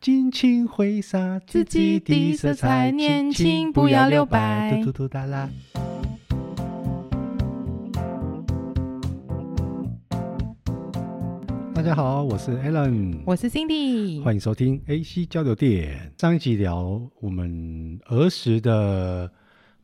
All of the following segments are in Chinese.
尽情挥洒自己的色彩，年轻不要留白。嘟嘟嘟哒啦。大家好，我是 Alan，我是 Cindy，欢迎收听 AC 交流店。上一集聊我们儿时的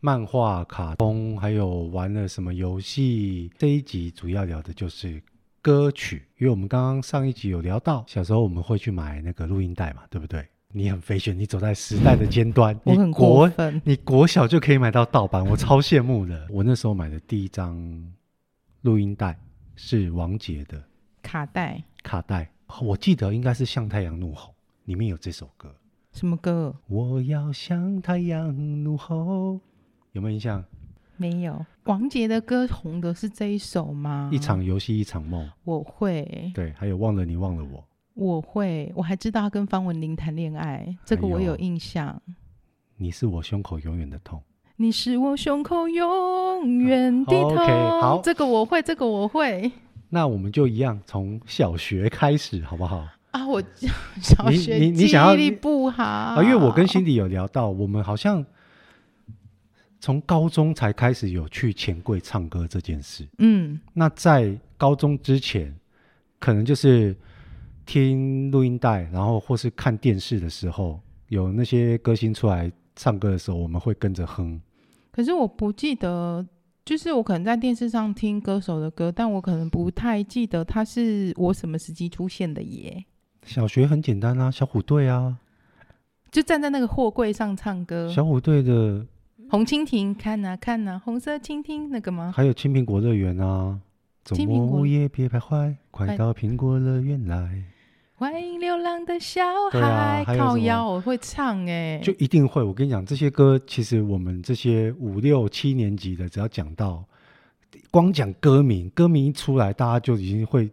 漫画、卡通，还有玩了什么游戏。这一集主要聊的就是歌曲，因为我们刚刚上一集有聊到，小时候我们会去买那个录音带嘛，对不对？你很飞旋，你走在时代的尖端， 我你很过国分，你国小就可以买到盗版，我超羡慕的。我那时候买的第一张录音带是王杰的。卡带卡带，我记得应该是《向太阳怒吼》，里面有这首歌。什么歌我要向太阳怒吼，有没有印象？没有？王杰的歌红的是这一首吗？一场游戏一场梦，我会，对，还有忘了你忘了我，我会，我还知道他跟方文琳谈恋爱，这个我哎呦有印象。你是我胸口永远的痛。你是我胸口永远的痛。 OK，好这个我会，这个我会那我们就一样，从小学开始好不好？啊！我小你学你你记想要忆力不好啊，因为我跟辛迪有聊到，我们好像从高中才开始有去钱柜唱歌这件事。嗯那在高中之前，可能就是听录音带，然后或是看电视的时候，有那些歌星出来唱歌的时候，我们会跟着哼。可是我不记得，就是我可能在电视上听歌手的歌，但我可能不太记得他是我什么时期出现的耶。小学很简单啊，小虎队啊，就站在那个货柜上唱歌，小虎队的，红蜻蜓，看呐、看呐、红色蜻蜓那个吗？还有青苹果乐园啊，周青苹末果午夜别徘徊，快快到苹果乐园来，欢迎流浪的小对啊孩，还有什靠么腰我会唱哎、就一定会。我跟你讲，这些歌其实我们这些五六七年级的，只要讲到，光讲歌名，歌名一出来，大家就已经会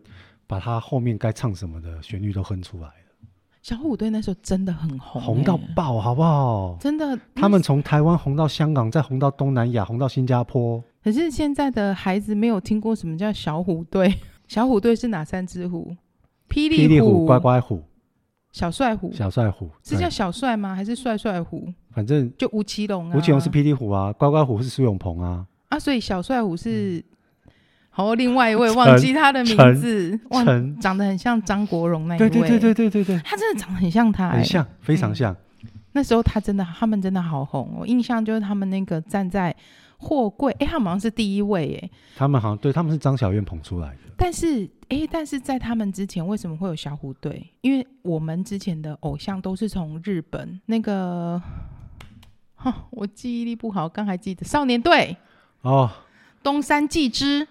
把它后面该唱什么的旋律都哼出来了，小虎队那时候真的很红、红到哎爆，好不好？真的他们从台湾红到香港，再红到东南亚，红到新加坡。可是现在的孩子没有听过什么叫小虎队，小虎队是哪三只虎？霹霹雳虎、虎、乖乖虎、小帅虎，小帅虎，是对叫小帅吗？还是帅帅虎？反正就吴奇隆啊，吴奇隆是霹雳虎啊，乖乖虎是苏永朋啊，啊，所以小帅虎是，哦，另外一位忘记他的名字，忘嗯陈，长得很像张国荣那一对位，对对对对对对，他真的长得很像他、很哎像，非常嗯像。那时候他真的，他们真的好红哦。我印象就是他们那个站在货柜，哎、他们好像是第一位，哎，他们好像对他们是张小燕捧出来的。但是，哎，但是在他们之前，为什么会有小虎队？因为我们之前的偶像都是从日本那个，哈，我记忆力不好，刚还记得少年队哦，东山纪之，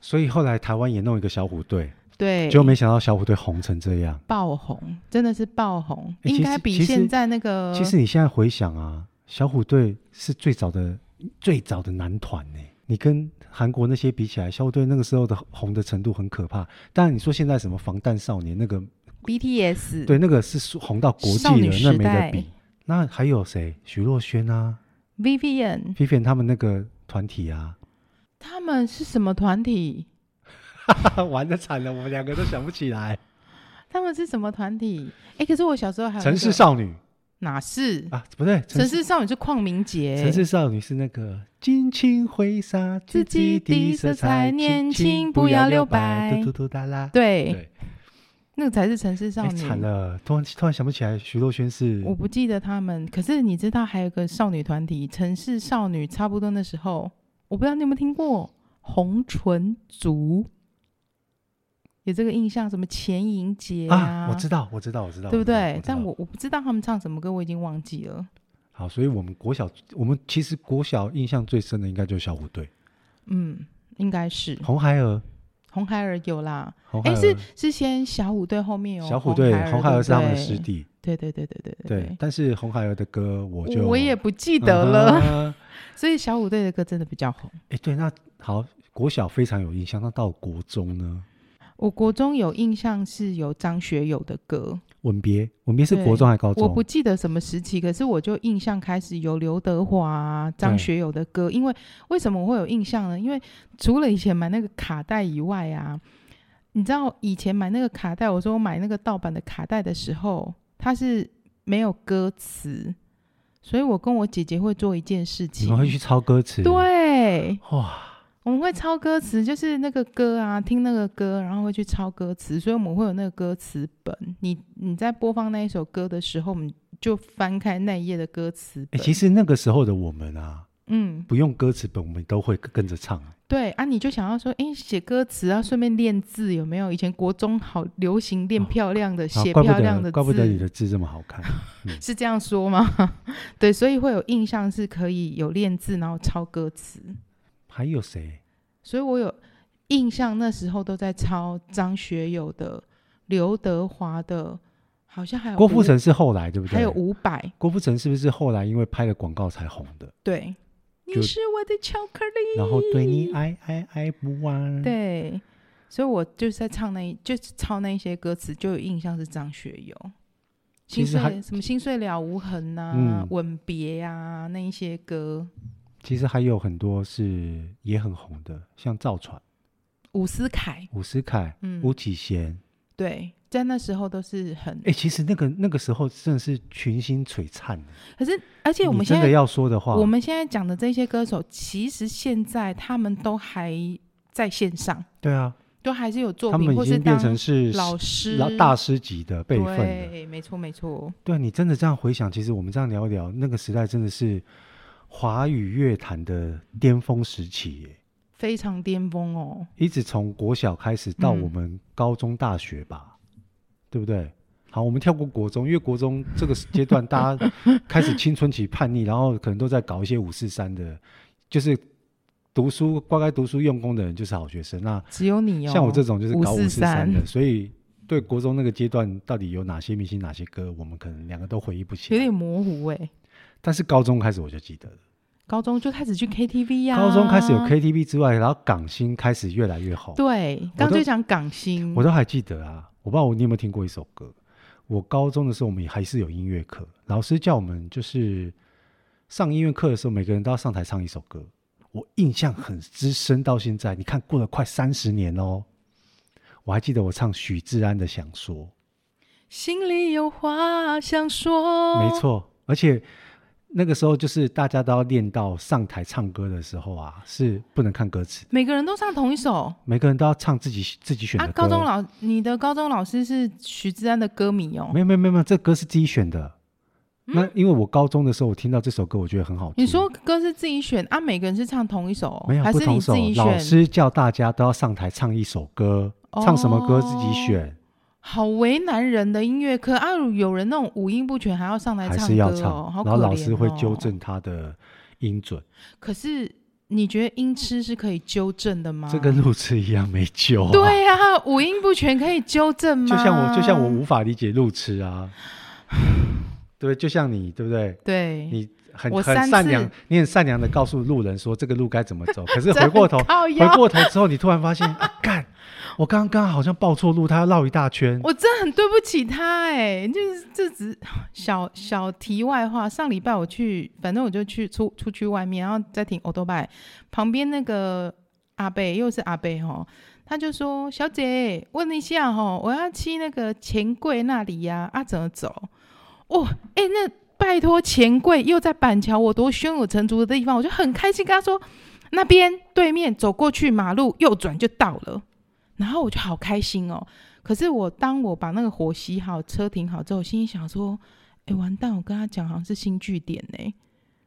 所以后来台湾也弄一个小虎队，对，结果没想到小虎队红成这样。爆红，真的是爆红，诶应其该实比其实现在那个其实你现在回想啊，小虎队是最早的最早的男团呢、你跟韩国那些比起来，小虎队那个时候的红的程度很可怕。当然，你说现在什么防弹少年那个， BTS 对，那个是红到国际嗯少女了，那时没得代比。那还有谁？徐若瑄啊 Vivian v i v i a n 他们那个团体啊， 他们是什么团体？玩的惨了，我们两个都想不 起来。他们是什么团体？哎，可是我小时候还有城那市个少女哪是？啊，不对，城城市市少女是邝明杰，城市少女是那个尽情挥洒自己的色彩，年轻不不要留留白，白嘟嘟嘟哒啦。对，对，那个才是城市少哎，女。惨了，突然突然想不起来，徐若瑄是我不记得他们，可是你知道还有个少女团体城市少女，差不多那时候，我不知道你有没有听过红唇族，有这个印象？什么钱莹杰啊，我知道，我知道，我知道，对不知道对知？但道我我不知道他们唱什么歌，我已经忘记了。好，所以我们国小，我们其实国小印象最深的应该就是小虎队，嗯，应该是红孩儿，红孩儿有啦。红孩哎，儿，是是先小虎队，后面有小虎队，红孩对儿不是他们的对师。弟，对对对对对对。但是红孩儿的歌我我就嗯我也不记记得了，了。所以小虎队的歌真的比较红。 哎，对，那好，国小非常有印象，那到国中呢？我国中有印象是有张学友的歌，吻别，吻别是对国中还是高中？我不记得什么时期，可是我就印象开始有刘德华啊、张对学友的歌。因为为什么我会有印象呢？因为除了以前买那个卡带以外啊，你知道以前买那个卡带，我说我买那个盗版的卡带的时候，它是没有歌词，所以我跟我姐姐会做一件事你情们，会去抄歌词？，对，哇，我们会抄歌词，就是那个歌啊，听那个歌，然后会去抄歌词，所以我们会有那个歌词本。你你在播放那一首歌的时候，我们就翻开那一页的歌词哎、本。其实那个时候的我们啊，嗯，不用歌词本，我们都会跟着唱。对啊，你就想要说，哎，写歌词啊，顺便练字，有没有？以前国中好流行练漂亮的，啊写怪不漂亮得，的字，怪不得你的字这么好 看。是这样说吗？ 对，所以会有印象是可以有练字，然后抄歌词。还有谁？所以我有印象，那时候都在抄张学友的、刘德华的，好像还有郭富伍，城是后来对不对？还有伍佰。郭富城是不是后来因为拍了广告才红的？对，就你是我的巧克力。然后对你爱爱爱不完。，对，所以我就是在唱那一，就是抄那一些歌词，就有印象是张学友。其心实还碎什么心碎了无痕呐、嗯吻别啊那一些歌，其实还有很多是也很红的，像赵传、伍思凯，伍思凯、嗯，巫启贤。对，在那时候都是很哎、，其实那个那个时候真的是群星璀璨。可是而且我你们现真在的要说的话，我们现在讲的这些歌手，其实现在他们都还在线上，对啊，都还是有作他们品，或已是经变成当是老师、老大师级的辈分了。对，没错没错，对啊，你真的这样回想，其实我们这样聊一聊，那个时代真的是华语乐坛的巅峰时期耶，非常巅峰哦。一直从国小开始到嗯我们高中、大学吧，对不对？好，我们跳过国中，因为国中这个阶段大家开始青春期叛逆，然后可能都在搞一些五四三的，就是读书乖乖读书用功的人就是好学生。那只有你哦，像我这种就是搞五四三543的，所以对国中那个阶段到底有哪些明星、哪些歌，我们可能两个都回忆不起有来。点模糊哎。但是高中开始我就记得了，高中就开始去 KTV 呀、高中开始有 KTV 之外，然后港星开始越来越红，对，我刚都就讲港星我，都还记得啊。我不知道你有没有听过一首歌，我高中的时候我们还是有音乐课，老师叫我们就是上音乐课的时候，每个人都要上台唱一首歌。我印象很资深，到现在你看过了快三十年哦，我还记得我唱许志安的《想说》。心里有话想说，没，错，而且那个时候就是大家都要练到上台唱歌的时候啊，是不能看歌词，每个人都唱同一首。每个人都要唱自己自己选的啊，歌。高中老你的高中老师是徐志安的歌迷哦没。有没有没有没有，这歌是自己选的。那因为我高中的时候，我听到这首歌，我觉得很好听。嗯你说歌是自己选啊？每个人是唱同一首哦，嗯没有还不是你同自首己，选？哦老师叫大家都要上台唱一首歌，唱什么歌自己选，好为难人的音乐课啊！有人那种五音不全还要上来还唱是歌要哦，唱，好可然怜、后哦。老师会纠。正他的音准，可是你觉得音痴是可以纠正的吗？这跟路痴一样没救、啊。 对呀、啊，五音不全可以纠正吗？就像我，就像我无法理解路痴啊， 对，就像你，对不对？对，你很我很三善次良，你很善良的告诉路人说这个路该怎么 走，可是回过头，靠回腰，过头之后，你突然发现，啊，干，我刚刚好像报错路，他要绕一大圈。我真的很对不起他哎、就是这只小小题外话。上礼拜我去，反正我就去出出去外面，然后在停 o t o b i 旁边那个阿贝又是阿贝哈，他就说：“小姐，问一下哈，我要去那个钱柜那里呀、啊，怎么走？”哦，哎、那拜托钱柜又在板桥，我多胸有成竹的地方，我就很开心跟他说：“那边对面走过去马路右转就到了。”然后我就好开心哦。可是我当我把那个火熄好、车停好之后，心里想说：“哎、完蛋！我跟他讲好像是新据点呢、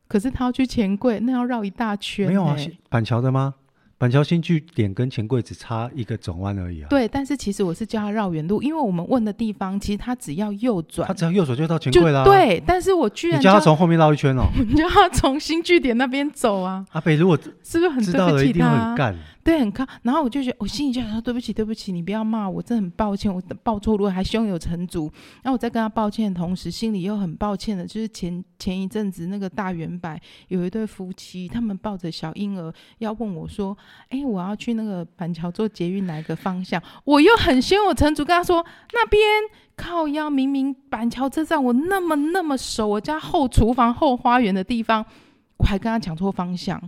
可是他要去钱柜，那要绕一大圈、没有啊，欸新板桥的吗？板桥新据点跟钱柜只差一个转弯而已啊。，对，但是其实我是叫他绕远路，因为我们问的地方，其实他只要右转他只要右手就到钱就柜啦。，对，但是我居你然叫他叫从后面绕一 圈哦。你叫他从新据点那边走啊，阿北如果是不是很知对道不了，一起定他会啊？很干。对，很靠。然后我就觉得，我心里就想说，对不起，对不起，你不要骂我，真的很抱歉，我报错路还胸有成竹。然后我在跟他抱歉的同时，心里又很抱歉的，就是前前一阵子那个大圆柏有一对夫妻，他们抱着小婴儿要问我说，哎，我要去那个板桥坐捷运哪一个方向？我又很胸有成竹跟他说，那边靠腰，明明板桥车站我那么那么熟，我家后厨房后花园的地方，我还跟他讲错方向。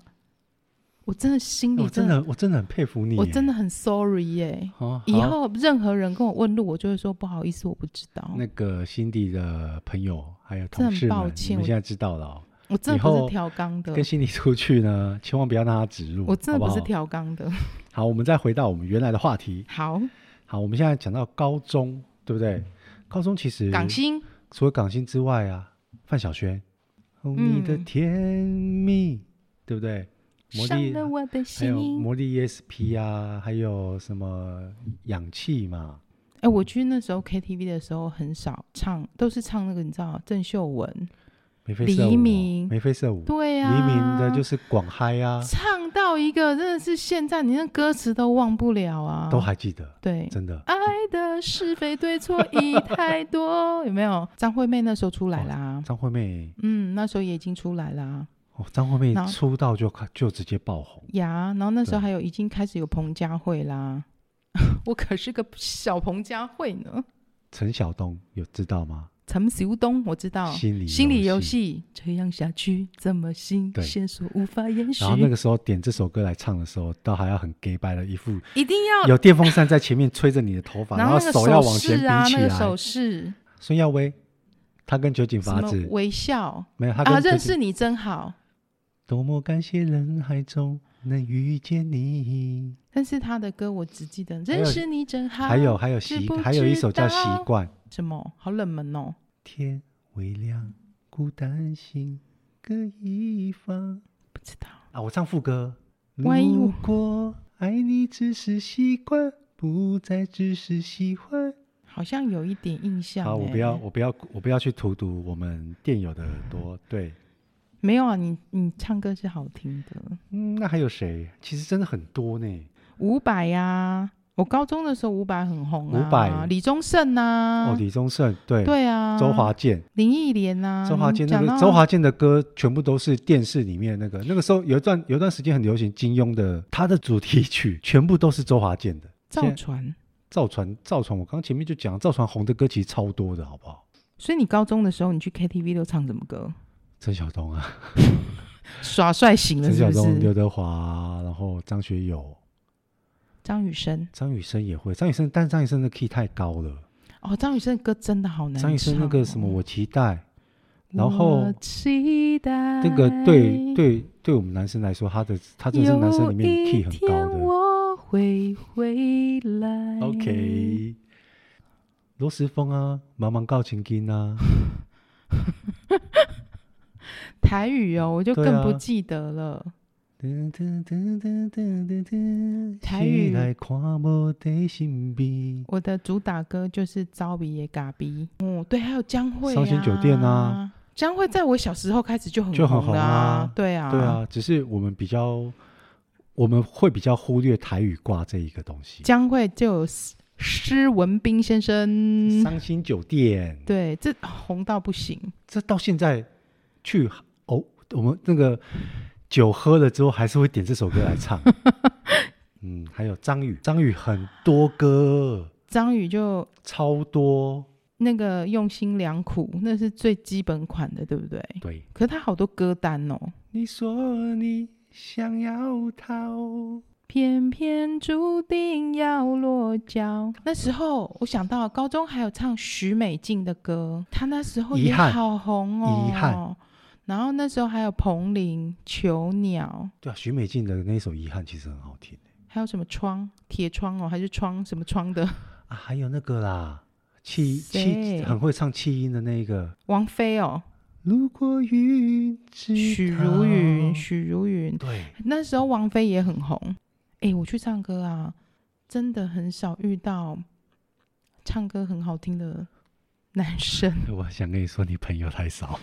我真的心里我哦真的，的我真的很佩服你耶，我真的很 sorry 耶、哦以好后任何人跟我问路，我就会说不好意思，我不知道。那个辛迪的朋友还有真同的很事抱们，你歉们我现在知道了、哦，我真以的不后是调缸的，跟辛迪出去呢，千万不要让他指路，我真好的不不是好调缸的。好，我们再回到我们原来的话题。好，好，我们现在讲到高中，对不对？高中其实港星除了港星之外啊，范晓萱，哦，你的嗯甜蜜，对不对？魔伤力了我的还有心。魔力 ESP 啊，还有什么氧气嘛？哎、我去那时候 KTV 的时候很少唱，都是唱那个你知道郑秀文。眉飞色舞黎哦，明眉飞色舞，对呀、黎明的就是啊是广嗨啊，唱到一个真的是现在你那歌词都忘不了啊，都还记得，对。真的。爱的是非对错已太多，有 没有？张惠妹那时候出来啦，张惠妹嗯，那时候也已经出来啦哦，张惠妹然后出道就开就直接爆红，呀。然后那时候对还有已经开始有彭佳慧啦， 我可是个小彭佳慧呢。陈晓东有知道吗？陈晓东我知道，心理哦心理游，戏这样下去怎么行？对线索无法延续然，后那个时候点这首歌来唱的时候，倒还要很 gay 白的一 副一定要。有电风扇在前面吹着你的头发，哦然后那个手要往前势啊，比起那个来。手势，啊孙耀威，他跟酒井什法么子微笑没有，他跟啊，酒井认识你真好。多么感谢人海中能遇见你。但是他的歌我只记得还有认识你真好，还有还有啊知习不，还有一知首叫《习道惯》。什么？好冷门哦。天微亮，孤单心各一方。不知道。啊，我唱副歌。万一我如果爱你只是习惯，不再只是喜欢。好像有一点印象、欸。好，我不要，我不要，我不要去荼毒我们电友的耳嗯朵。对，没有啊，你你唱歌是好听的，嗯，那还有谁？其实真的很多呢。伍佰呀，我高中的时候伍佰很红啊，伍佰李宗盛啊，哦，李宗盛，对，对啊，周华健，林忆莲啊，周华健那你个讲到周华健的歌全部都是电视里面那个，那个时候有一段有一段时间很流行金庸的，他的主题曲全部都是周华健的。赵传，赵传，赵传，我刚前面就讲，赵传红的歌其实超多的，好不好？所以你高中的时候你去 KTV 都唱什么歌？陈晓东啊，耍帅型了陈是晓不东、刘是？德华，然后张学友、张雨生张雨生也会，张雨生，但张雨生的 key 太高了，哦，张雨生的歌真的好难唱哦。张雨生那个什么我期待，然后我期待那个对对对我们男生来说，他的他真的是男生里面 key 很高哎有一天的。我会回来。哎 OK，罗时丰啊，茫茫告情金啊，台语哦，我就对更不啊记得了。噔噔噔噔噔噔噔台语醒来看无在身边，我的主打歌就是《招比也嘎比》。哦，对，还有江蕙、啊。烧仙酒店啊。江蕙在我小时候开始就很就很红红了啊对啊，对，啊，只是我们比较，我们会比较忽略台语挂这一个东西。江蕙就有施施文彬先生，伤心酒店，嗯对，这红到不行。这到现在去哦，我们那个酒喝了之后，还是会点这首歌来 唱。嗯，还有张宇，张宇很多歌，张宇就超多，那个用心良苦，那是最基本款的，对不对？对。可是他好多歌单哦，你说你想要逃，偏偏注定要落脚。那时候我想到高中还有唱许美静的歌，她那时候遗也憾好红哦。遗憾然后那时候还有彭羚、囚鸟，对啊，许美静的那首《遗憾》其实很好听还有什么窗铁窗哦，还是窗什么窗的 啊，还有那个啦，气谁气很会唱气音的那个。王菲哦，如果云知许茹芸、许茹芸。对，那时候王菲也很红。哎，我去唱歌啊，真的很少遇到唱歌很好听的男生。我想跟你说，你朋友太少。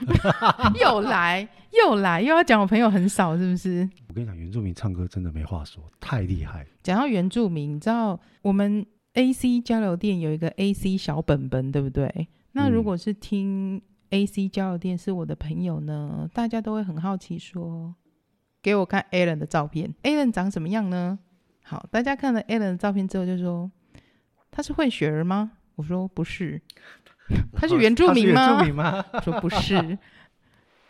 又来又来，又要讲我朋友很少，是不是？我跟你讲，原住民唱歌真的没话说，太厉害。讲到原住民，你知道我们 A C 交流店有一个 A C 小本本，对不对？那如果是听 A C 交流店是我的朋友呢，大家都会很好奇说，给我看 Alan 的照片，Alan 长什么样呢？好，大家看了 Alan 的照片之后就说，他是混血儿吗？ 我说不是，他是原住民他是吗 原住民吗？我说不是。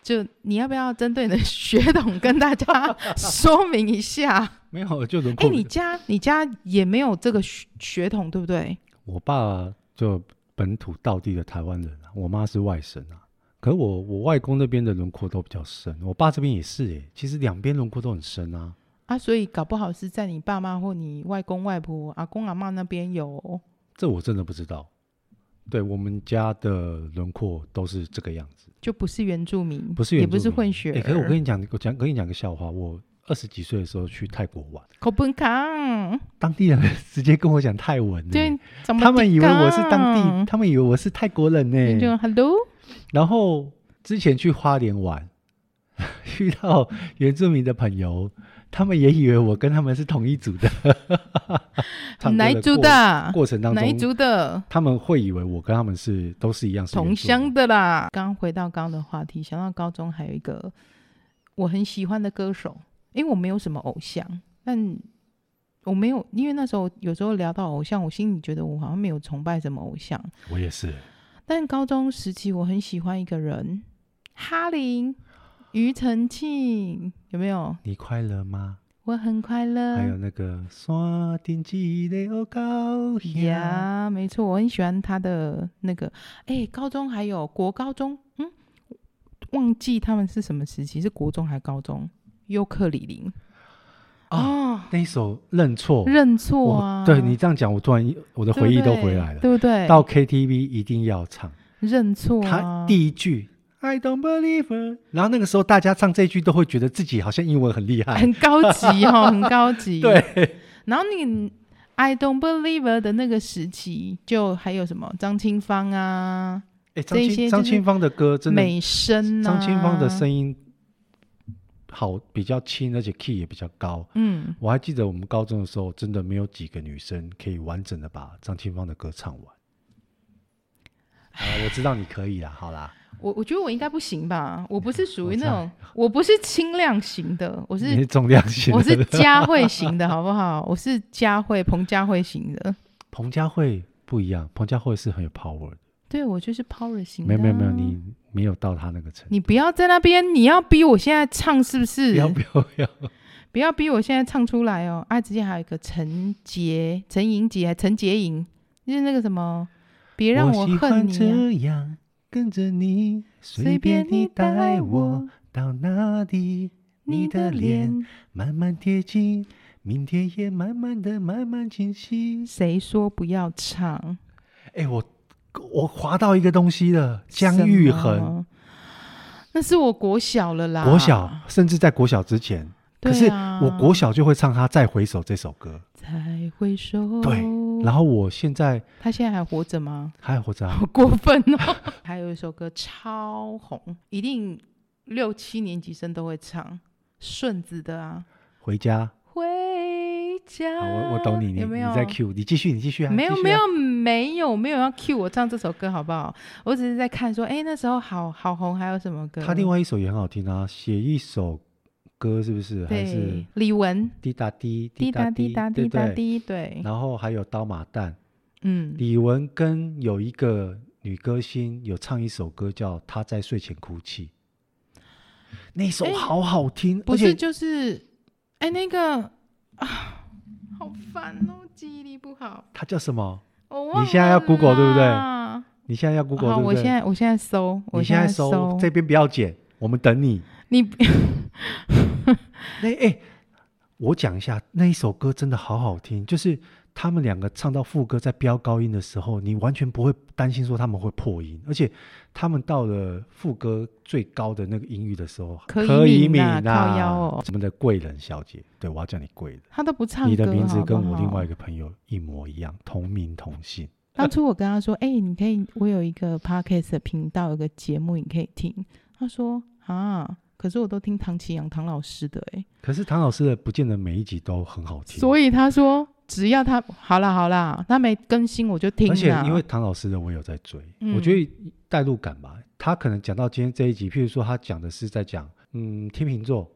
就你要不要针对你的 血统跟大 家说明一下？没有，就轮哎、廓。你家你家也没有这个血血统，对不对？我爸就本土道地的台湾人啊，我妈是外省啊。可我我外公那边的轮廓都比较深，我爸这边也是诶、其实两边轮廓都很深啊。啊，所以搞不好是在你爸妈或你外公外婆、阿公阿妈那边有。这我真的不知道。对我们家的轮廓都是这个样子，就不是原住民，不是也原不是住民哎混血儿。诶可是我跟你讲，我讲跟你讲个笑话。我二十几岁的时候去泰国玩，口本康，当地人直接跟我讲泰文、欸，对，怎么他们以为我是地当地，哎他们以为我是泰国人呢、康，就 Hello，然后之前去花莲玩， 遇到原住民的朋友，他们也以为我跟他们是同一组的。 唱歌哪一族的过？过程当哪一中，族的？他们会以为我跟他们是都是一样是原住同民乡。的啦。刚回到刚的话题，想到高中还有一个我很喜欢的歌手，因为我没有什么偶像，但我没有，因为那时候有时候聊到偶像，我心里觉得我好像没有崇拜什么偶像。我也是，但高中时期我很喜欢一个人，哈林、庾澄庆，有没有？你快乐吗？我很快乐。还有那个山顶起的有高呀，呀没错，我很喜欢他的那个，哎，高中还有国高中，嗯，忘记他们是什么时期，是国中还高中？尤克里林啊，那一首认错，认错哦我啊，对你这样讲，我突然我的对不回忆都对回来了。对不对？到 KTV 一定要唱。认错他啊，第一句 I don't believe，it 然后那个时候大家唱这句都会觉得自己好像英文很厉害，很高级哦，很高级。 对，然后你 I don't believe it 的那个时期，就还有什么张清芳啊，哎，张这些就清是张清芳的歌真的，美声啊，张清芳的，声音好比较轻，而且 key 也比较高。嗯，我还记得我们高中的时候，真的没有几个女生可以完整的把张清芳的歌唱完。好啦我知道你可以啦，好啦，我我觉得我应该不行吧，我不是属于我那种，我不是轻量型的，我你是是重量型的。我是佳慧型的，好不好？我是佳慧，彭佳慧型的。彭佳慧不一样，彭佳慧是很有 power 的。对我就是 power 型的、啊没有没有没有，，你没有到她那个程度。你不要在那边，你要逼我现在唱是不是？不要不要不要，不要逼我现在唱出来哦！啊，之前还有一个陈洁、陈莹洁、还陈洁莹，就是那个什么，别让我喜恨欢你、啊。这样跟着你，随便你带我到哪里，你的脸慢慢贴近，明天也慢慢的慢慢清晰。谁说不要唱？哎，我我划到一个东西了，姜育什恒，么，那是我国小了啦。国小，甚至在国小之前，可对是啊我国小就会唱他《再回首》这首歌，才回首。对嗯然后我现在他现在还活着吗？还活着啊，好过分哦！ 还有一首歌超红，一定六七年级生都会唱，顺子的啊，回家。回家。好，我我懂你，你有没有？你在 Q，你继续，你继续啊，没有继续啊没有没有没有要 cue 我唱这首歌好不好？我只是在看说，哎、那时候好好红，还有什么歌？他另外一首也很好听啊，写一首歌是不是？还是对李玟滴答滴滴答答滴答对滴不答对？滴，对，然后还有刀马旦，嗯，李玟跟有一个女歌星有唱一首歌叫《她在睡前哭泣》，那首哎好好听，不而是且就是，哎、那个啊，好烦哦，记忆力不好，它叫什么？我忘了啦。现在要 Google 对不对你现在要好， Google 我对不现对？在我现在搜，我你现在搜搜这边不要剪，我们等你。你 不那哎、我讲一下那一首歌真的好好听，就是他们两个唱到副歌在飙高音的时候，你完全不会担心说他们会破音，而且他们到了副歌最高的那个音域的时候，柯以柯以敏敏啊啊，靠腰哦我们的贵人小姐，对我要叫你贵人，他都不唱歌，你的名字好不跟我另好外一个朋友一模一样，同名同 姓。当初我跟他说：“哎、你可以，我有一个 podcast 的频道，有个节目你可以听。”他说：“啊，可是我都听唐奇阳唐老师的、欸，可是唐老师的不见得每一集都很好听，所以他说只要他好啦好啦，他没更新我就听啦。而且因为唐老师的我有在追，嗯我觉得代入感吧。他可能讲到今天这一集，譬如说他讲的是在讲，嗯，天秤座，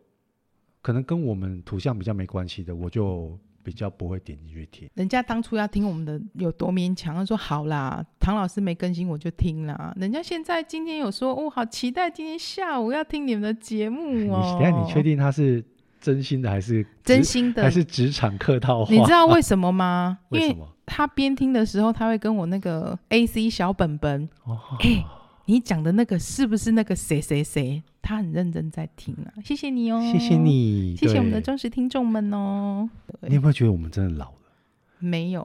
可能跟我们土象比较没关系的，我就比较不会点进去听。人家当初要听我们的有多勉强，他说好啦，唐老师没更新我就听啦。人家现在今天有说，哦，好期待今天下午要听你们的节目你哦。等一下你确定他是真心的还是真职心的还？是职场客套话？你知道为什么吗？因为什为么？他边听的时候，他会跟我那个 A C 小本本，哦，哎、你讲的那个是不是那个谁谁谁？他很认真在听啊，谢谢你哦，谢谢，你，谢谢我们的对忠实听众们哦。你有没有觉得我们真的老了？没有，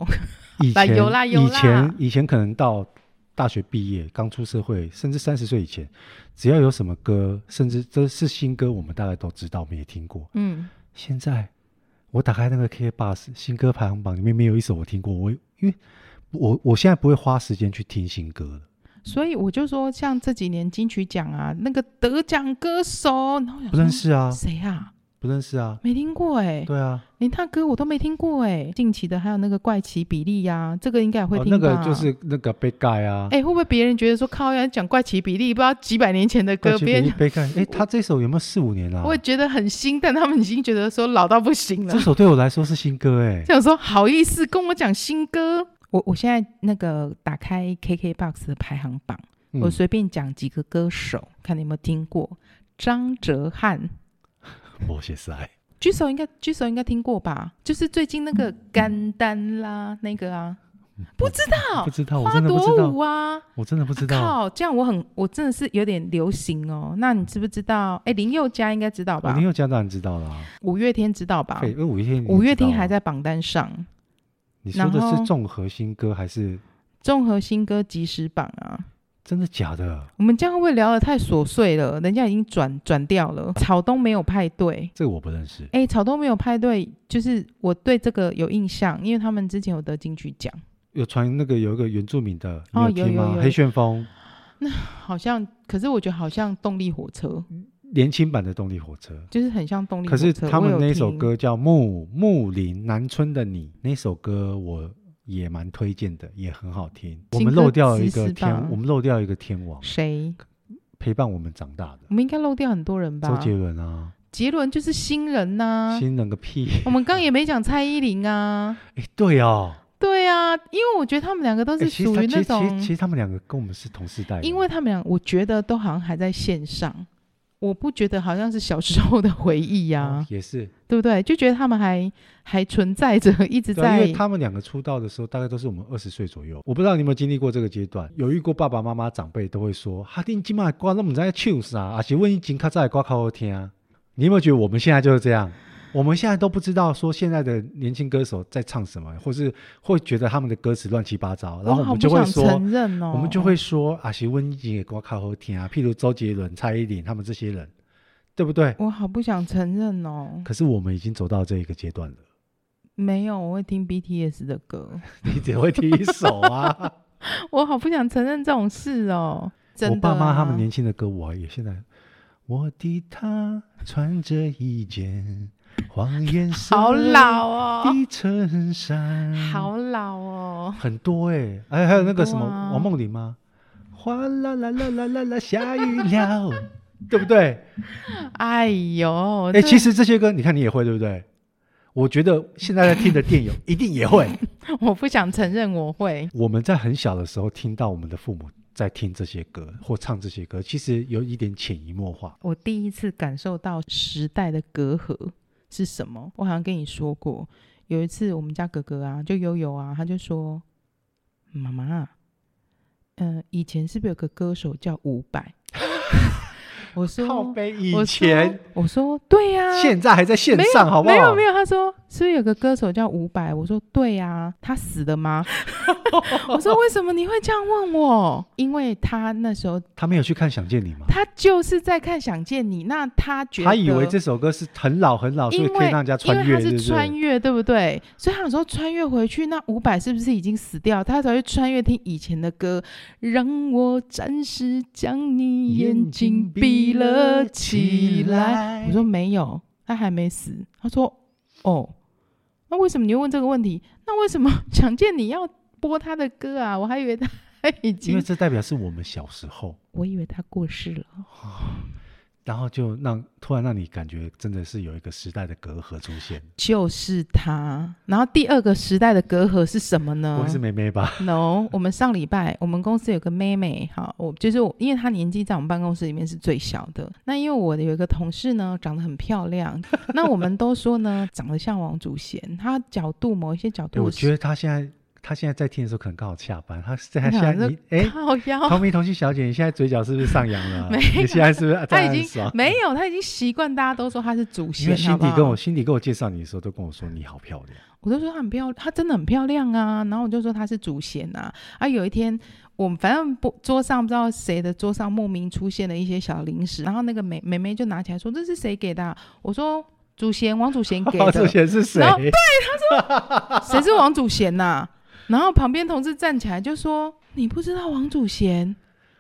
以啦前有啦有以前啦以前可能到大学毕业、刚出社会，甚至三十岁以前，只要有什么歌，甚至这是新歌，我们大概都知道，我们也听过。嗯，现在我打开那个 K Bus 新歌排行榜里面，没有一首我听过。我因为我我现在不会花时间去听新歌嗯了，所以我就说，像这几年金曲奖啊，那个得奖歌手，然后我想不认说识啊，谁啊，不认识啊，没听过哎、对啊，连他歌我都没听过哎、近期的还有那个怪奇比利呀、这个应该也会哦听吧、啊那个就是那个被盖啊，哎、会不会别人觉得说靠，要讲怪奇比利，不知道几百年前的歌，那别人被盖，哎，他这首有没有四五年 啊啊我？也觉得很新，但他们已经觉得说老到不行了这。首对我来说是新歌哎、想说好意思跟我讲新歌？我我现在那个打开 KKBOX 的排行榜，嗯我随便讲几个歌手，看你有没有听过。张哲瀚，我写啊塞，举手应该举手应该听过吧？就是最近那嗯个甘丹啦，那个啊，不知道不知道，我哦花真的不知朵道舞。啊，我真的不知道，靠，这样我很我真的是有点流行哦。那你知不知道？哎，林宥嘉应该知道我吧哦林？宥嘉当然知道啦，五月天知道吧对，？因为五月天，五月天还。在榜单上，啊你说的然是后综合新歌还是综合新歌即时榜啊。真的假的？我们这样会不会聊得太琐碎了？人家已经转转掉了。草东没有派对，这个我不认识。哎，草东没有派对，就是我对这个有印象，因为他们之前有得金曲奖，有传那个有一个原住民的，你哦有听有吗？有黑旋风好像，可是我觉得好像动力火车，年轻版的动力火车，就是很像动力可火车。是他我们有那首听，歌叫《木木林南村的你》，那首歌我也蛮推荐的，也很好听。我新们歌漏掉一集个市天，吧我们漏掉一个天王，谁？陪伴我们长大的我们应该漏掉很多人吧？啊周杰伦啊，杰伦就是新人呐、新人个屁！ 我们刚刚也没讲蔡依林啊，哎，对哦，对啊，因为我觉得他们两个都哎是其实属他于其那实其实种其实他们两个跟我们是同世代的，因为他们俩，我觉得都好像还在线上，我不觉得好像是小时候的回忆呀、哦也是对不对？就觉得他们还还存在着，一直对啊，因在为他们两个出道的时候，大概都是我们二十岁左右。我不知道你有没有经历过这个阶段，有遇过爸爸妈妈长辈都会说：“哈、啊，你今晚歌都不知道唱啥，而且问你前卡在歌靠好听。”你有没有觉得我们现在就是这样？我们现在都不知道说现在的年轻歌手在唱什么，或是会觉得他们的歌词乱七八糟，然后我我好们不就会想说，承认哦，我们就会说啊，是温情的歌靠好听啊，譬如周杰伦、蔡依林他们这些人，对不对？我好不想承认哦，可是我们已经走到这一个阶段了， 没有，我会听 BTS 的歌，你只会听一首啊。 我好不想承认这种事哦， 真我的、爸妈他们年轻的歌，我也现在。我的他穿着一件黄颜色好老哦，的衬衫，好老哦，很多哎、哎，还有那个什么、很多啊王梦玲吗？哗啦啦啦啦啦啦，下雨了， 对不对？哎呦，哎、这其实这些歌你看你也会对不对？我觉得现在在听的电影一定也会。我不想承认我会，我们在很小的时候听到我们的父母在听这些歌或唱这些歌，其实有一点潜移默化。我第一次感受到时代的隔阂是什么？我好像跟你说过，有一次我们家哥哥啊，就悠悠啊，他就说：“妈妈啊，嗯、以前是不是有个歌手叫伍佰？” 我说靠：“背以我说前。我说对呀、现在还在线上，好不好？没有没有，他说是不是有个歌手叫伍佰？我说对呀、他死了吗？ 我说为什么你会这样问我？因为他那时候他没有去看《想见你》吗？他就是在看《想见你》，那他觉得他以为这首歌是很老很老，所以因可以为让人家因穿为越，他对是不穿对？越，对不对？所以他想说穿越回去，那伍佰是不是已经死掉？他才会穿越听以前的歌，让我暂时将你眼睛闭了起来。我说没有，他还没死。他说哦，那为什么你会问这个问题？那为什么想见你要播他的歌啊？我还以为他已因为经，这代表是我们小时候，我以为他过世了。然后就让突然让你感觉真的是有一个时代的隔阂出现。就是他。然后第二个时代的隔阂是什么不呢会是妹妹吧？ ？No，我们上礼拜我们公司有个妹妹，哈，我就是我，因为她年纪在我们办公室里面是最小的。那因为我的有一个同事呢，长得很漂 亮，那我们都说呢，长得像王祖贤，她角度某一些角对，度哎我是觉得她现在她现在在听的时候，可能刚好下班。她现在你现看在你哎， 靠腰，同名同姓小姐，你现在嘴角是不是上扬了啊？哦 没你现在是不是她在已暗经爽？没有，她已经习惯大家都说她是祖因为先，辛好不迪好跟我辛迪跟我介绍你的时候，都跟我说你好漂亮。我就说她很漂亮，她真的很漂亮啊。然后我就说她是祖先啊。啊，有一天我们反正不桌上不知道谁的桌上莫名出现了一些小零食，然后那个美美妹就拿起来说：“这是谁给的啊、我说：“祖贤，王祖贤 给的。这些是谁然？后谁是王祖贤呐、然后旁边同事站起来就说：“你不知道王祖贤？”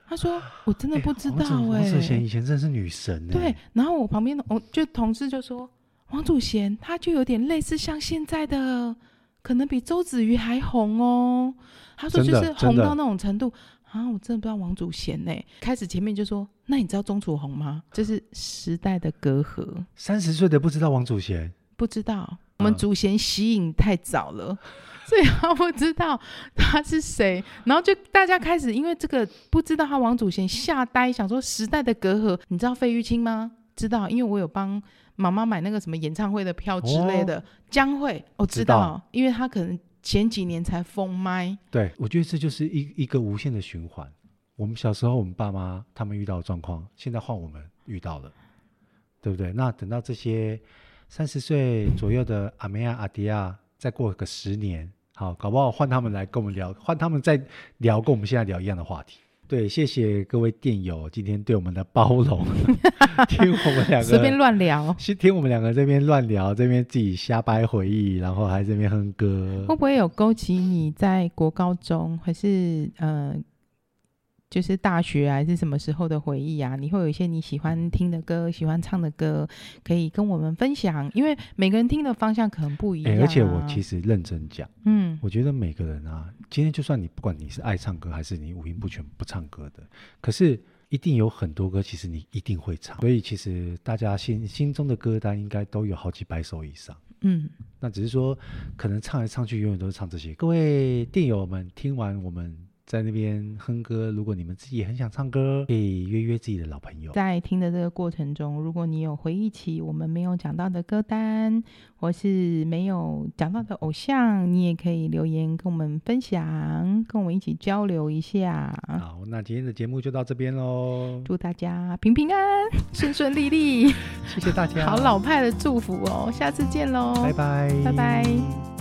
他说：“我真的哎不知道王祖哎、王祖贤以前真的是女神欸呢。对，然后我旁边的我就同事就说，王祖贤她就有点类似像现在的，可能比周子瑜还红哦。他说真就的是真红的到那种程度啊，我真的不知道王祖贤呢、开始前面就说，那你知道钟楚红吗？这是时代的隔阂，三十岁的不知道王祖贤，不知道我们嗯祖贤吸引太早了。 所以他不知道他是谁，然后就大家开始因为这个不知道他王祖贤吓呆，想说时代的隔阂，你知道费玉清吗？知道，因为我有帮妈妈买那个什么演唱会的票之类的。江蕙，我、哦知知道道，因为他可能前几年才封麦，对我觉得这就是一一个无限的循环。我们小时候，我们爸妈他们遇到的状况，现在换我们遇到了，对不对？那等到这些三十岁左右的阿梅亚、啊阿迪亚，再过个十年，好，搞不好换他们来跟我们聊，换他们再聊跟我们现在聊一样的话题。对，谢谢各位电友今天对我们的包容， 听我们两个随便乱聊，先听我们两个这边乱聊，这边自己瞎掰回忆，然后还这边哼歌会。不会有勾起你在国高中还是呃，就是大学啊还是什么时候的回忆啊？你会有一些你喜欢听的歌、喜欢唱的歌，可以跟我们分享，因为每个人听的方向可能不一样、哎、啊而且我其实认真讲，嗯，我觉得每个人啊，今天就算你不管你是爱唱歌还是你五音不全不唱歌的，可是一定有很多歌，其实你一定会唱。所以其实大家心心中的歌单应该都有好几百首以上。嗯，那只是说，可能唱来唱去永远都是唱这些。各位电友们，听完我们在那边哼歌，如果你们自己也很想唱歌，可以约约自己的老朋友。在听的这个过程中，如果你有回忆起我们没有讲到的歌单，或是没有讲到的偶像，你也可以留言跟我们分享，跟我们一起交流一下。好，那今天的节目就到这边喽，祝大家平平安 安、顺顺利利。谢谢大家，好老派的祝福哦，下次见喽，拜拜，拜拜